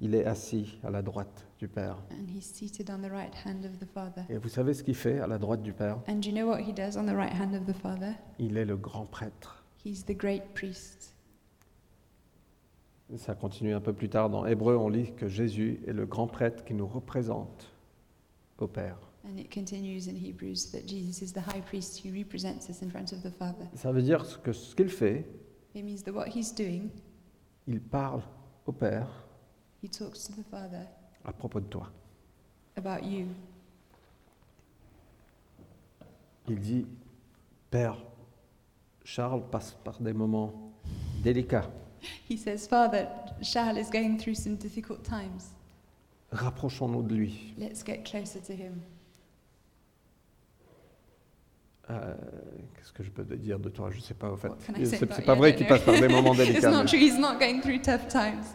S1: Il est assis à la droite du Père.
S2: And he's seated on the right hand of the Father.
S1: Et vous savez ce qu'il fait à la droite du Père
S2: And do you know what he does on the right hand of the Father?
S1: Il est le grand prêtre.
S2: He's the great priest.
S1: Ça continue un peu plus tard dans Hébreu, on lit que Jésus est le grand prêtre qui nous représente au Père.
S2: And it continues in Hebrews that Jesus is the high priest who represents us in front of the Father.
S1: Ça veut dire que ce qu'il fait,
S2: It means that what he's doing,
S1: il parle au Père
S2: he talks to the Father
S1: à propos de toi.
S2: about you.
S1: Il dit, Père, Charles passe par des moments délicats.
S2: He says, Father, Charles is going through some difficult times.
S1: Rapprochons-nous de lui.
S2: Let's get closer to him.
S1: Euh, Qu'est-ce que je peux te dire de toi Je ne sais pas, en fait.
S2: What can I say
S1: C'est
S2: about
S1: c'est
S2: you?
S1: pas
S2: I
S1: vrai
S2: don't
S1: qu'il
S2: know.
S1: passe par des moments
S2: It's
S1: délicats.
S2: not true. He's not going through tough times.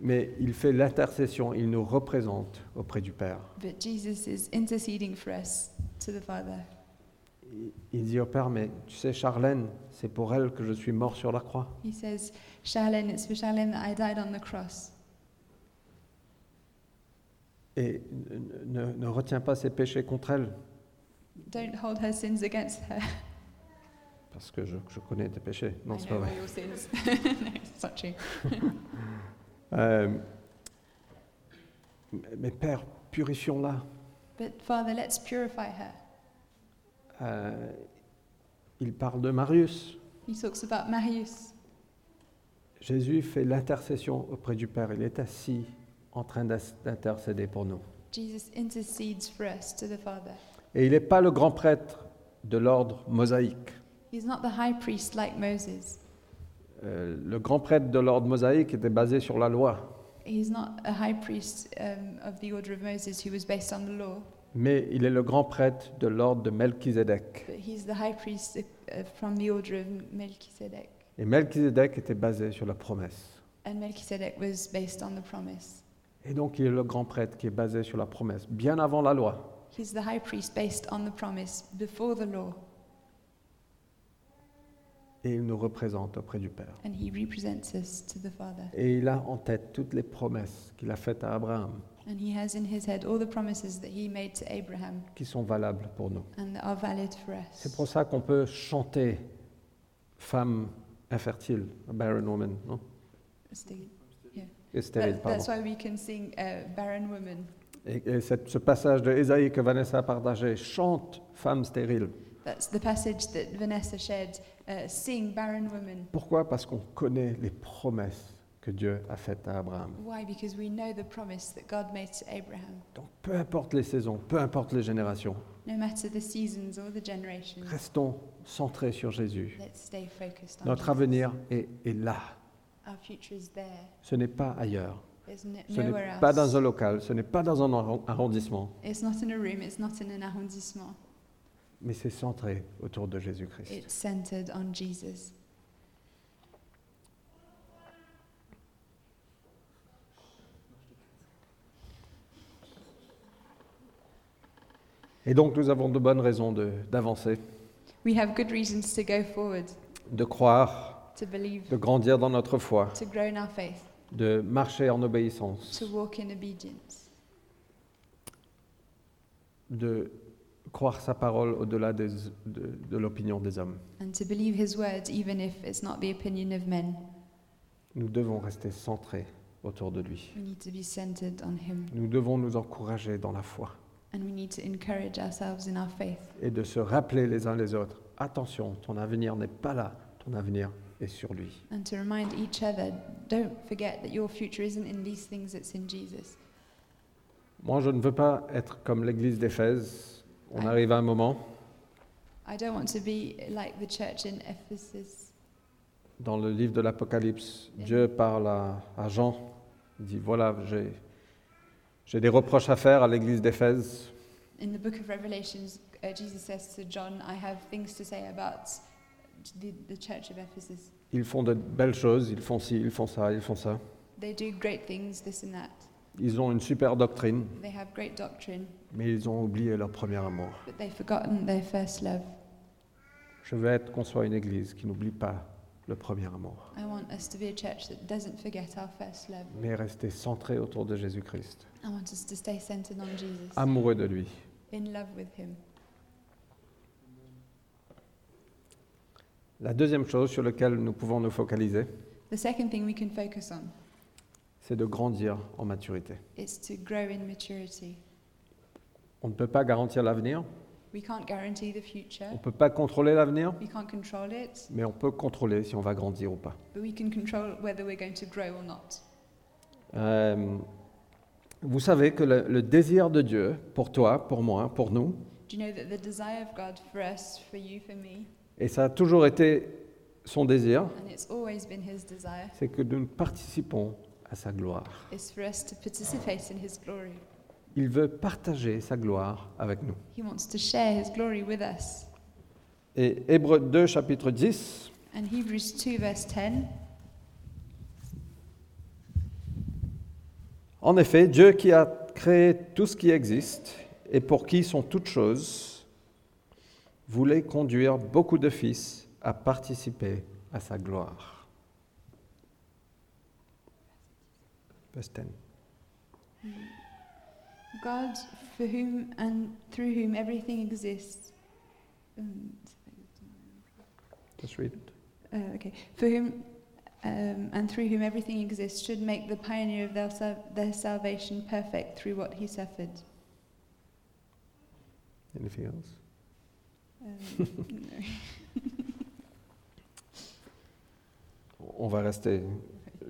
S1: Mais il fait l'intercession, il nous représente auprès du Père.
S2: But Jesus is interceding for us to the Father.
S1: Il- Il dit au Père, mais tu sais, Charlène, c'est pour elle que je suis mort sur la croix.
S2: He says, Charlene, it's for Charlene that I died on the cross.
S1: Et ne- ne, ne retiens pas ses péchés contre elle,
S2: Don't hold her sins against her.
S1: parce que je, je connais tes péchés. Non,
S2: I
S1: c'est
S2: know
S1: pas vrai.
S2: all your sins. no, it's not true.
S1: Euh, mais Père, purifions-la.
S2: But Father, let's purify her.
S1: Euh, il parle de Marius.
S2: He talks about Marius.
S1: Jésus fait l'intercession auprès du Père. Il est assis en train d'as- d'intercéder pour nous.
S2: Jesus intercedes for us to the Father.
S1: Et il n'est pas le grand prêtre de l'ordre mosaïque.
S2: He's not the high priest like Moses.
S1: Euh, le grand prêtre de l'ordre mosaïque était basé sur la loi,
S2: He's not a high priest um, of the order of Moses who was based on the law,
S1: mais il est le grand prêtre de l'ordre de Melchizedek.
S2: but he's the high priest uh, from the order of Melchizedek.
S1: Et Melchizedek était basé sur la promesse.
S2: And Melchizedek was based on the promise.
S1: Et donc il est le grand prêtre qui est basé sur la promesse, bien avant la loi.
S2: He's the high priest based on the promise before the law,
S1: Et il nous représente auprès du Père.
S2: and he represents us to the Father.
S1: Et il a en tête toutes les promesses qu'il a faites à Abraham,
S2: And he has in his head all the promises that he made to Abraham
S1: qui sont valables pour nous.
S2: and that are valid for us.
S1: C'est pour ça qu'on peut chanter femme infertile, barren woman, non
S2: Sting.
S1: Et stérile,
S2: That-
S1: pardon.
S2: that's why we can sing uh, Barren Woman.
S1: Et, et cette- ce passage de Ésaïe que Vanessa a partagé, chante femme stérile.
S2: That's the passage that Vanessa shared. Uh, sing Barren Woman.
S1: Pourquoi Parce qu'on connaît les promesses que Dieu a faites à Abraham.
S2: Why? Because we know the promise that God made to Abraham.
S1: Donc peu importe les saisons, peu importe les générations,
S2: No matter the seasons or the generations,
S1: restons centrés sur Jésus.
S2: let's stay focused on
S1: Notre
S2: Jesus.
S1: avenir est, est là.
S2: Our future is there.
S1: Ce n'est pas ailleurs.
S2: There's n-
S1: Ce
S2: nowhere
S1: n'est
S2: else.
S1: pas dans un local, ce n'est pas dans un arron- arrondissement,
S2: It's not in a room, it's not in an arrondissement.
S1: mais c'est centré autour de Jésus-Christ.
S2: It's centered on Jesus.
S1: Et donc nous avons de bonnes raisons de- d'avancer,
S2: We have good reasons to go forward,
S1: de croire,
S2: to believe,
S1: de grandir dans notre foi,
S2: to grow in our faith,
S1: de marcher en obéissance,
S2: to walk in obedience,
S1: de croire sa parole au-delà des- de, de l'opinion des hommes.
S2: and to believe his word even if it's not the opinion of men.
S1: Nous devons rester centrés autour de lui.
S2: We need to be centered on him,
S1: Nous devons nous encourager dans la foi
S2: and we need to encourage ourselves in our faith
S1: et de se rappeler les uns les autres, attention, ton avenir n'est pas là, ton avenir est sur lui.
S2: and to remind each other don't forget that your future isn't in these things, it's in Jesus.
S1: Moi, je ne veux pas être comme l'église d'Éphèse. On
S2: Ouais.
S1: arrive à un moment
S2: I don't want to be like the church in Ephesus.
S1: dans le livre de l'Apocalypse,
S2: Mhm.
S1: Dieu parle à, à Jean, il dit, voilà, j'ai, j'ai des reproches à faire à l'église d'Éphèse,
S2: In the book of Revelations, uh, Jesus says to John, I have things to say about the, the church of Ephesus.
S1: ils font de belles choses, ils font ci, ils font ça, ils font ça.
S2: They do great things, this and that.
S1: Ils ont une super doctrine,
S2: They have great doctrine,
S1: mais ils ont oublié leur premier amour.
S2: but they've forgotten their first love.
S1: Je veux être qu'on soit une église qui n'oublie pas le premier amour,
S2: I want us to be a church that doesn't forget our first love.
S1: mais rester centré autour de Jésus-Christ,
S2: I want us to stay centered on Jesus,
S1: amoureux de lui.
S2: in love with him.
S1: La deuxième chose sur laquelle nous pouvons nous focaliser,
S2: The second thing we can focus on
S1: c'est de grandir en maturité.
S2: is to grow in maturity.
S1: On ne peut pas garantir l'avenir,
S2: We can't guarantee the
S1: on
S2: future,
S1: ne peut pas contrôler l'avenir,
S2: we can't control it,
S1: mais on peut contrôler si on va grandir ou pas.
S2: but we can control whether we're going to grow or not.
S1: Euh, vous savez que le, le désir de Dieu pour toi, pour moi, pour nous,
S2: Do you know that the desire of God for us, for you, for me,
S1: et ça a toujours été son désir,
S2: and it's always been His desire,
S1: c'est que nous participons à sa gloire.
S2: is for us to participate in His glory.
S1: Il veut partager sa gloire avec nous.
S2: He wants to share His glory with us.
S1: Et Hébreux 2, chapitre 10,
S2: And Hebrews 2, verse 10
S1: En effet, Dieu qui a créé tout ce qui existe et pour qui sont toutes choses, voulait conduire beaucoup de fils à participer à sa gloire. Verse 10.
S2: God, for whom and through whom everything exists. Um,
S1: Just read it.
S2: uh, okay, for whom um, and through whom everything exists, should make the pioneer of their, sal- their salvation perfect through what he suffered.
S1: Anything else?
S2: Um, no.
S1: On va rester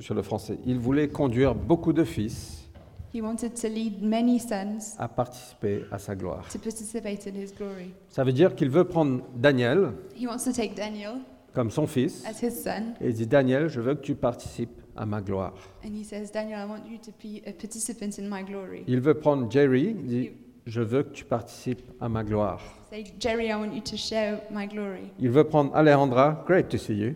S1: sur le français. Il voulait conduire beaucoup de fils
S2: He wanted to lead many sons
S1: à participer à sa gloire.
S2: to participate in his glory.
S1: Ça veut dire qu'il veut prendre Daniel
S2: He wants to take Daniel
S1: comme son fils
S2: as his son,
S1: et il dit Daniel, je veux que tu participes à ma gloire.
S2: and he says, Daniel, I want you to be a participant in my glory.
S1: Il veut prendre Jerry, il dit Je veux que tu participes à ma gloire.
S2: Say, Jerry, I want you to share my glory.
S1: Il veut prendre Alejandra, Great to see you.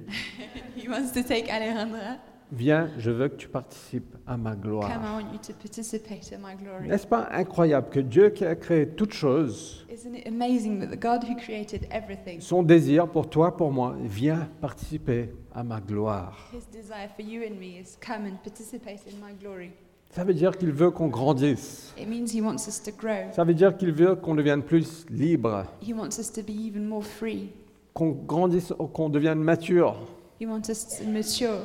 S2: He wants to take Alejandra.
S1: Viens, je veux que tu participes à ma
S2: Come, I
S1: gloire.
S2: want you to participate in my glory.
S1: N'est-ce pas incroyable que Dieu qui a créé toutes choses,
S2: Isn't it amazing that the God who created everything,
S1: son désir pour toi, pour moi, viens participer à ma gloire.
S2: his desire for you and me is come and participate in my glory.
S1: Ça veut dire qu'il veut qu'on grandisse.
S2: It means he wants us to grow.
S1: Ça veut dire qu'il veut qu'on devienne plus libre,
S2: He wants us to be even more free.
S1: qu'on grandisse, qu'on devienne mature,
S2: He wants us to mature.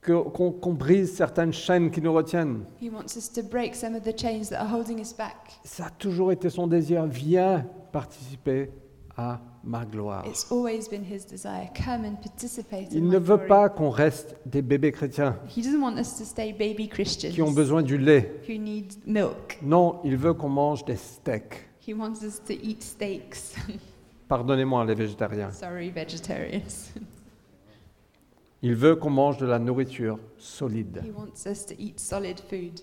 S1: que- qu'on qu'on brise certaines chaînes qui nous retiennent.
S2: He wants us to break some of the chains that are holding us back.
S1: Ça a toujours été son désir. Viens participer à ma gloire.
S2: It's always been his desire. Come and participate in
S1: Il
S2: my
S1: ne veut
S2: glory.
S1: pas qu'on reste des bébés chrétiens
S2: He doesn't want us to stay baby Christians
S1: qui ont besoin du lait.
S2: who need milk.
S1: Non, il veut qu'on mange des steaks.
S2: He wants us to eat steaks.
S1: Pardonnez-moi les végétariens.
S2: Sorry, vegetarians.
S1: Il veut qu'on mange de la nourriture solide.
S2: he wants us to eat solid food.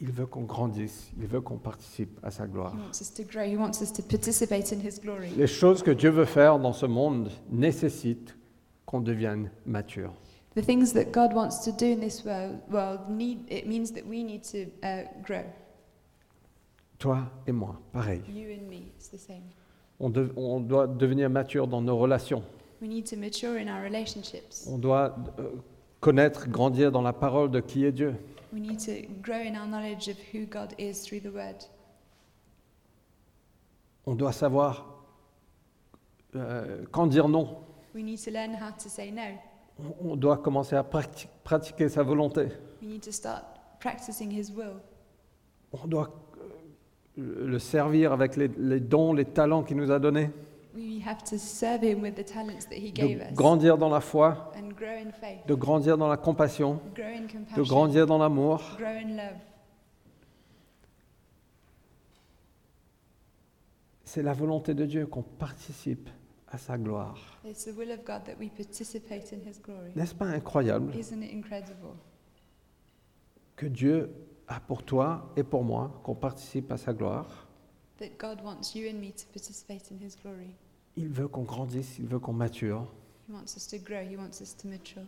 S1: Il veut qu'on grandisse. Il veut qu'on participe à sa gloire.
S2: He wants us to grow. He wants us to participate in His glory.
S1: Les choses que Dieu veut faire dans ce monde nécessitent qu'on devienne mature.
S2: The things that God wants to do in this world, world need, it means that we need to uh, grow.
S1: Toi et moi, pareil.
S2: You and me, it's the same.
S1: On, dev- on doit devenir mature dans nos relations.
S2: We need to mature in our relationships.
S1: On doit euh, connaître, grandir dans la parole de qui est Dieu.
S2: We need to grow in our knowledge of who God is through the Word.
S1: On doit savoir euh, quand dire non.
S2: We need to learn how to say no.
S1: On- On doit commencer à prati- pratiquer sa volonté.
S2: We need to start practicing His will.
S1: On doit euh, le servir avec les, les dons, les talents qu'il nous a donnés.
S2: We have to serve Him with the talents that He gave
S1: De
S2: us
S1: grandir dans la foi,
S2: and grow in faith,
S1: de grandir dans la compassion,
S2: grow in
S1: de
S2: compassion,
S1: grandir dans l'amour.
S2: grow in love.
S1: C'est la volonté de Dieu qu'on participe à sa gloire.
S2: It's the will of God that we participate in His glory.
S1: N'est-ce pas incroyable
S2: Isn't it incredible?
S1: que Dieu a pour toi et pour moi qu'on participe à sa gloire
S2: that God wants you and me to participate in His glory.
S1: Il veut qu'on grandisse, il veut qu'on mature.
S2: He wants us to grow, He wants us to mature.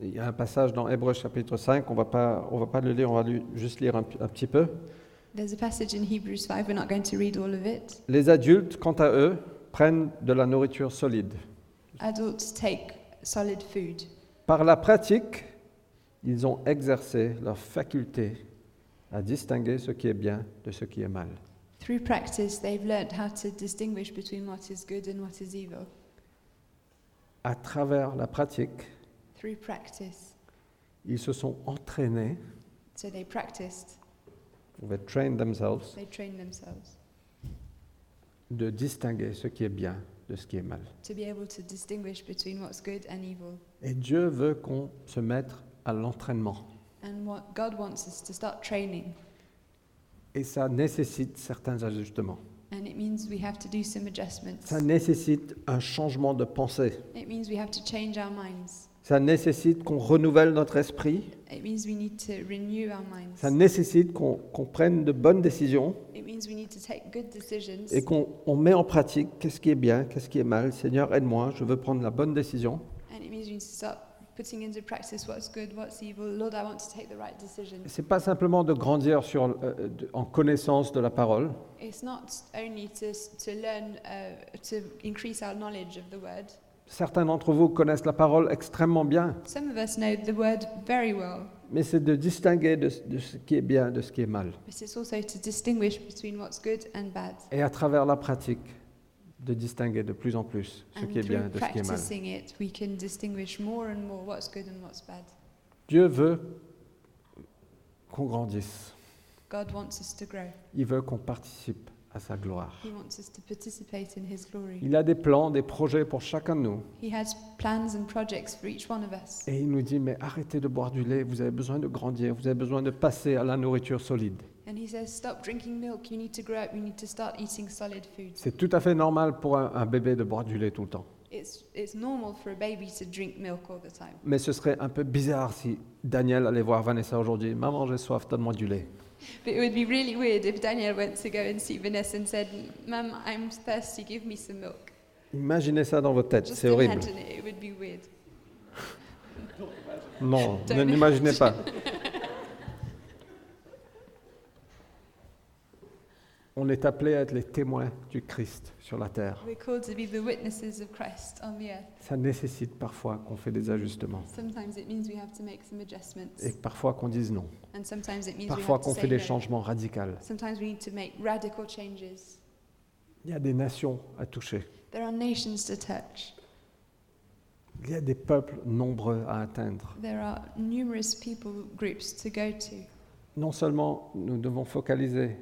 S1: Il y a un passage dans Hébreux chapitre 5, on ne va pas le lire, on va lu- juste lire un, p- un petit peu.
S2: There's a passage in Hebrews 5, we're not going to read all of it.
S1: Les adultes, quant à eux, prennent de la nourriture solide.
S2: Adults take solid food.
S1: Par la pratique, ils ont exercé leur faculté à distinguer ce qui est bien de ce qui est mal.
S2: Through practice, they've learnt how to distinguish between what is good and what is evil.
S1: À travers la pratique,
S2: Through practice.
S1: ils se sont entraînés,
S2: So they practiced,
S1: they trained themselves,
S2: they trained themselves
S1: de distinguer ce qui est bien de ce qui est mal.
S2: to be able to distinguish between what's good and evil.
S1: Et Dieu veut qu'on se mette à l'entraînement.
S2: And what God wants us to start training.
S1: et ça nécessite certains ajustements.
S2: And it means we have to do some adjustments.
S1: Ça nécessite un changement de pensée.
S2: It means we have to change our minds.
S1: Ça nécessite qu'on renouvelle notre esprit.
S2: It means we need to renew our minds.
S1: Ça nécessite qu'on qu'on prenne de bonnes décisions
S2: It means we need to take good decisions
S1: et qu'on on met en pratique qu'est-ce qui est bien, qu'est-ce qui est mal. Seigneur, aide-moi, je veux prendre la bonne décision.
S2: and it means we need to start putting into practice what's good, what's evil. Lord, I want to take the right decision.
S1: C'est pas simplement de grandir sur, euh, de- en connaissance de la parole,
S2: It's not only to, to learn, uh, to increase our knowledge of the word.
S1: Certains d'entre vous connaissent la parole extrêmement bien,
S2: Some of us know the word very well,
S1: mais c'est de distinguer de, de ce qui est bien de ce qui est mal.
S2: but it's also to distinguish between what's good and bad.
S1: Et à travers la pratique, de distinguer de plus en plus ce
S2: And
S1: qui est
S2: through
S1: bien de ce qui est mal.
S2: practicing it, we can distinguish more and more what's good and what's bad.
S1: Dieu veut qu'on grandisse.
S2: God wants us to grow.
S1: Il veut qu'on participe à sa gloire.
S2: He wants us to participate in His glory.
S1: Il a des plans, des projets pour chacun de nous.
S2: He has plans and projects for each one of us.
S1: Et il nous dit, mais arrêtez de boire du lait, vous avez besoin de grandir, vous avez besoin de passer à la nourriture solide.
S2: And He says, Stop drinking milk. You need to grow up. You need to start eating solid foods.
S1: C'est tout à fait normal pour un- un bébé de boire du lait tout le temps.
S2: It's, it's normal for a baby to drink milk all the time.
S1: Mais ce serait un peu bizarre si Daniel allait voir Vanessa aujourd'hui. Maman, j'ai soif, donne-moi du lait.
S2: But it would be really weird if Danielle went to go and see Vanessa and said, Mum, I'm thirsty. Give me some milk.
S1: Imaginez ça dans votre tête,
S2: Just
S1: c'est horrible.
S2: imagine it. It would be weird.
S1: Non,
S2: Don't
S1: ne n'imaginez pas. On est appelé à être les témoins du Christ sur la terre.
S2: We're called to be the witnesses of Christ on the earth.
S1: Ça nécessite parfois qu'on fait des ajustements
S2: Sometimes it means we have to make some adjustments,
S1: et parfois qu'on dise non.
S2: and sometimes it means we
S1: Parfois
S2: have to
S1: qu'on
S2: say
S1: fait des
S2: no.
S1: changements radicaux.
S2: Sometimes we need to make radical changes.
S1: Il y a des nations à toucher.
S2: There are nations to touch.
S1: Il y a des peuples nombreux à atteindre.
S2: There are numerous people groups to go to.
S1: non seulement nous devons focaliser,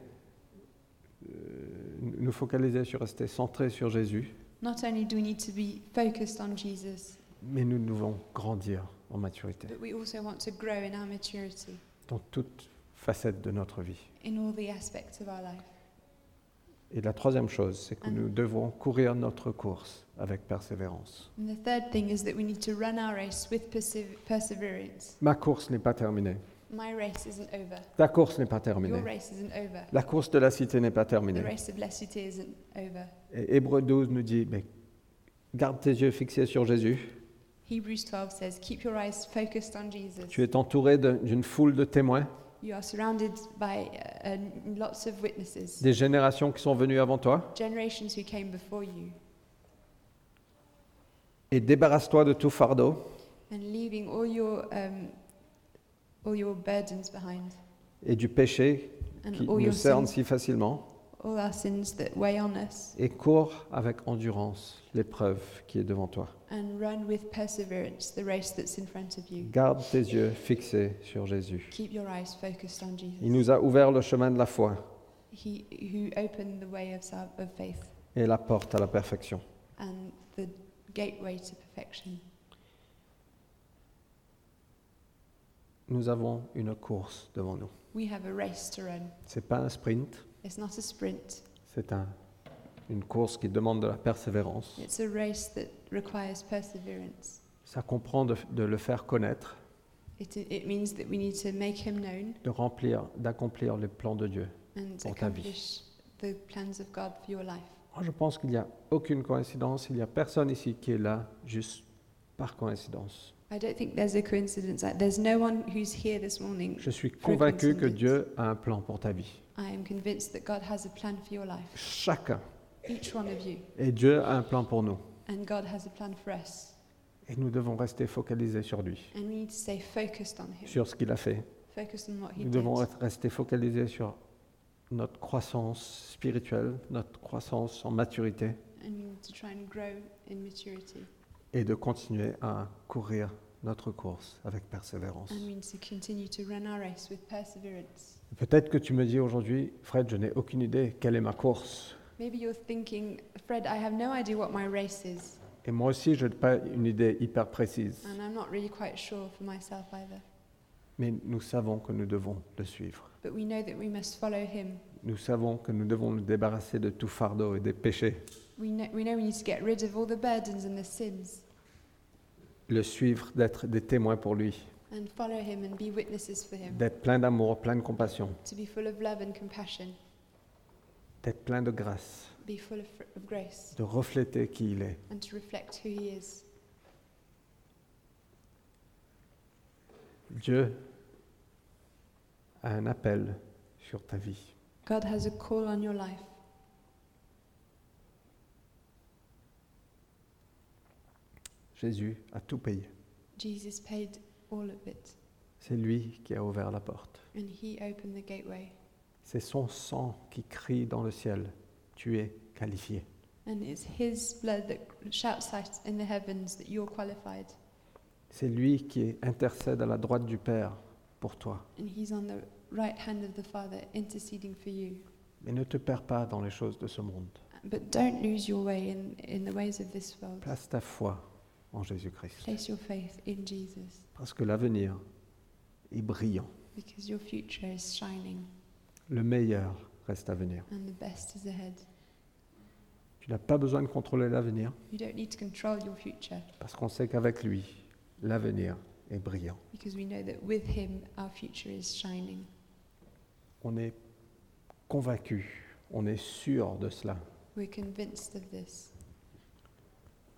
S1: euh, nous focaliser sur rester centrés sur Jésus,
S2: Not only do we need to be focused on Jesus,
S1: mais nous devons grandir en maturité
S2: but we also want to grow in our maturity
S1: dans toute facette de notre vie.
S2: in all the aspects of our life.
S1: Et la troisième chose, c'est que
S2: Amen.
S1: nous devons courir notre course avec persévérance.
S2: And the third thing is that we need to run our race with persev- perseverance.
S1: Ma course n'est pas terminée.
S2: My race isn't over.
S1: Ta course n'est pas
S2: Your
S1: terminée.
S2: race isn't over.
S1: La course de la cité n'est pas
S2: The
S1: terminée.
S2: race of La Cité isn't over.
S1: Et Hébreu 12 nous dit, mais garde tes yeux fixés sur Jésus.
S2: Hebrews 12 says, Keep your eyes focused on Jesus.
S1: Tu es entouré d'un- d'une foule de témoins,
S2: You are surrounded by uh, uh, lots of witnesses,
S1: des générations qui sont venues avant toi.
S2: generations who came before you,
S1: Et débarrasse-toi de tout fardeau
S2: and leaving all your, um, all your burdens behind
S1: et du péché
S2: and
S1: qui
S2: all
S1: nous
S2: your
S1: cerne
S2: sins,
S1: si facilement
S2: all our sins that weigh on us,
S1: et cours avec endurance l'épreuve qui est devant toi.
S2: and run with perseverance the race that's in front of you.
S1: Garde tes yeux fixés sur Jésus.
S2: Keep your eyes focused on
S1: Il
S2: Jesus,
S1: nous a ouvert le chemin de la foi
S2: He who opened the way of, sal- of faith
S1: et la porte à la perfection.
S2: and the gateway to perfection.
S1: Nous avons une course devant nous.
S2: We have a race to run.
S1: C'est pas un sprint,
S2: It's not a sprint.
S1: c'est un- une course qui demande de la persévérance.
S2: It's a race that requires perseverance.
S1: Ça comprend de, de le faire connaître,
S2: It, it means that we need to make him known
S1: de remplir, d'accomplir les plans de Dieu.
S2: and
S1: Pour ta vie.
S2: accomplish the plans of God for your life.
S1: Moi, je pense qu'il n'y a aucune coïncidence. Il n'y a personne ici qui est là juste par coïncidence.
S2: I don't think there's a coincidence. Like, There's no one who's here this morning.
S1: Je suis convaincu que
S2: coïncidence.
S1: Dieu a un plan pour ta vie.
S2: I am convinced that God has a plan for your life,
S1: Chacun.
S2: each one of you,
S1: Et Dieu a un plan pour nous.
S2: and God has a plan for us.
S1: Et nous devons rester focalisés sur lui,
S2: And we need to stay focused on Him,
S1: sur ce qu'il a fait.
S2: focused on what He
S1: Nous
S2: did.
S1: devons être- rester focalisés sur notre croissance spirituelle, notre croissance en maturité,
S2: And we need to try and grow in maturity.
S1: et de continuer à courir notre course avec persévérance.
S2: And we need to continue to run our race with perseverance.
S1: Peut-être que tu me dis aujourd'hui, Fred, je n'ai aucune idée quelle est ma course.
S2: Maybe you're thinking, Fred, I have no idea what my race is,
S1: Et moi aussi, je n'ai pas une idée hyper précise.
S2: and I'm not really quite sure for myself either.
S1: mais nous savons que nous devons le suivre.
S2: but we know that we must follow him.
S1: Nous savons que nous devons nous débarrasser de tout fardeau et des péchés,
S2: We know, we know we need to get rid of all the burdens and the sins
S1: le suivre, d'être des témoins pour lui,
S2: and follow him and be witnesses for him,
S1: d'être plein d'amour, plein de compassion,
S2: to be full of love and compassion,
S1: d'être plein de grâce,
S2: be full of, fr- of grace,
S1: de refléter qui il est.
S2: and to reflect who he is.
S1: Dieu a un appel sur ta vie.
S2: God has a call on your life.
S1: Jésus a tout payé.
S2: Jesus paid all of it,
S1: C'est lui qui a ouvert la porte.
S2: and he opened the gateway.
S1: C'est son sang qui crie dans le ciel. Tu es qualifié.
S2: And it's his blood that shouts out in the heavens that you're qualified.
S1: C'est lui qui intercède à la droite du Père pour toi.
S2: And he's on the right hand of the Father interceding for you.
S1: Mais ne te perds pas dans les choses de ce monde.
S2: But don't lose your way in, in the ways of this world.
S1: Place ta foi en Jésus-Christ.
S2: Place your faith in Jesus
S1: Parce que l'avenir est brillant.
S2: because your future is shining
S1: Le meilleur reste à venir.
S2: and the best is ahead.
S1: Tu n'as pas besoin de contrôler l'avenir
S2: You don't need to control your future
S1: parce qu'on sait qu'avec lui, l'avenir est brillant.
S2: because we know that with him our future is shining.
S1: On est convaincu, on est sûr de cela,
S2: We're convinced of this,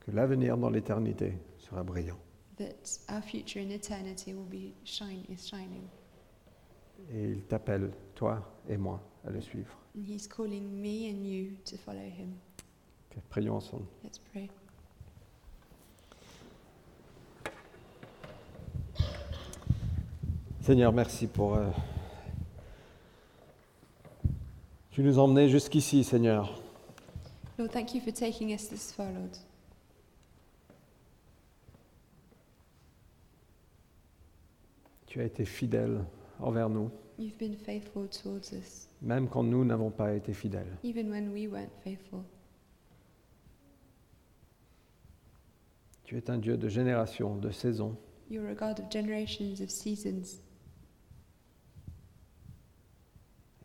S1: que l'avenir dans l'éternité sera brillant.
S2: that our future in eternity will be shine is shining.
S1: Et il t'appelle, toi et moi, à le suivre.
S2: And he's calling me and you to follow him.
S1: Ok, prions ensemble.
S2: Let's pray.
S1: Seigneur, merci pour... euh, tu nous as emmenés jusqu'ici, Seigneur.
S2: Lord, thank you for taking us this far, Lord.
S1: Tu as été fidèle envers nous,
S2: You've been faithful towards us,
S1: même quand nous n'avons pas été fidèles.
S2: even when we weren't faithful.
S1: Tu es un Dieu de génération, de saison.
S2: You're a God of generations, of seasons.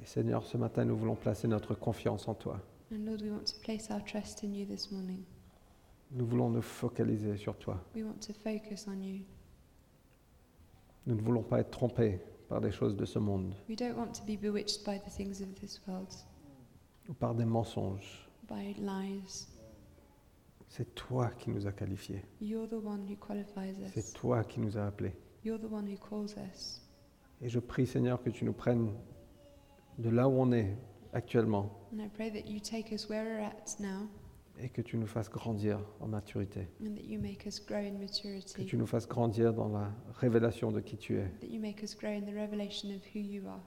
S1: Et Seigneur, ce matin, nous voulons placer notre confiance en toi.
S2: And Lord, we want to place our trust in you this morning.
S1: Nous voulons nous focaliser sur toi.
S2: We want to focus on you.
S1: Nous ne voulons pas être trompés par des choses de ce monde
S2: We don't want to be bewitched by the things of this world,
S1: ou par des mensonges.
S2: by lies.
S1: C'est toi qui nous as qualifiés.
S2: You're the one who qualifies
S1: C'est
S2: us,
S1: toi qui nous as appelés.
S2: you're the one who calls us.
S1: Et je prie, Seigneur, que tu nous prennes de là où on est actuellement
S2: And I pray that you take us where we're at now
S1: et que tu nous fasses grandir en maturité.
S2: and that you make us grow in
S1: Que
S2: maturity,
S1: tu nous fasses grandir dans la révélation de qui tu es.
S2: that you make us grow in the revelation of who you are.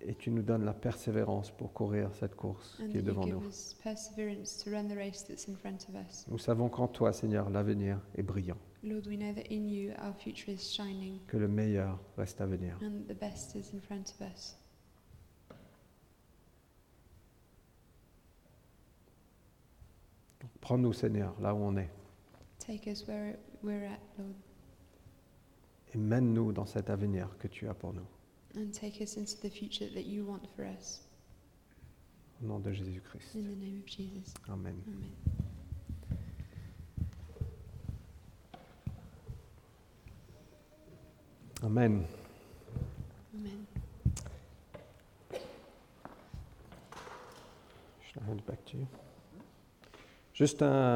S1: Et tu nous donnes la persévérance pour courir cette course
S2: And
S1: qui est
S2: that you
S1: devant nous.
S2: give us perseverance to run the race that's in front of us.
S1: Nous savons qu'en toi, Seigneur, l'avenir est brillant,
S2: Lord, we know that in you our future is shining
S1: que le meilleur reste à venir.
S2: and that the best is in front of us.
S1: Prends-nous, Seigneur, là où on est,
S2: Take us where we're at, Lord,
S1: et mène-nous dans cet avenir que tu as pour nous.
S2: and take us into the future that you want for us.
S1: Au nom de Jésus-Christ.
S2: In the name of Jesus.
S1: Amen.
S2: Amen.
S1: Amen.
S2: Amen.
S1: Je te rends back to you. Juste un...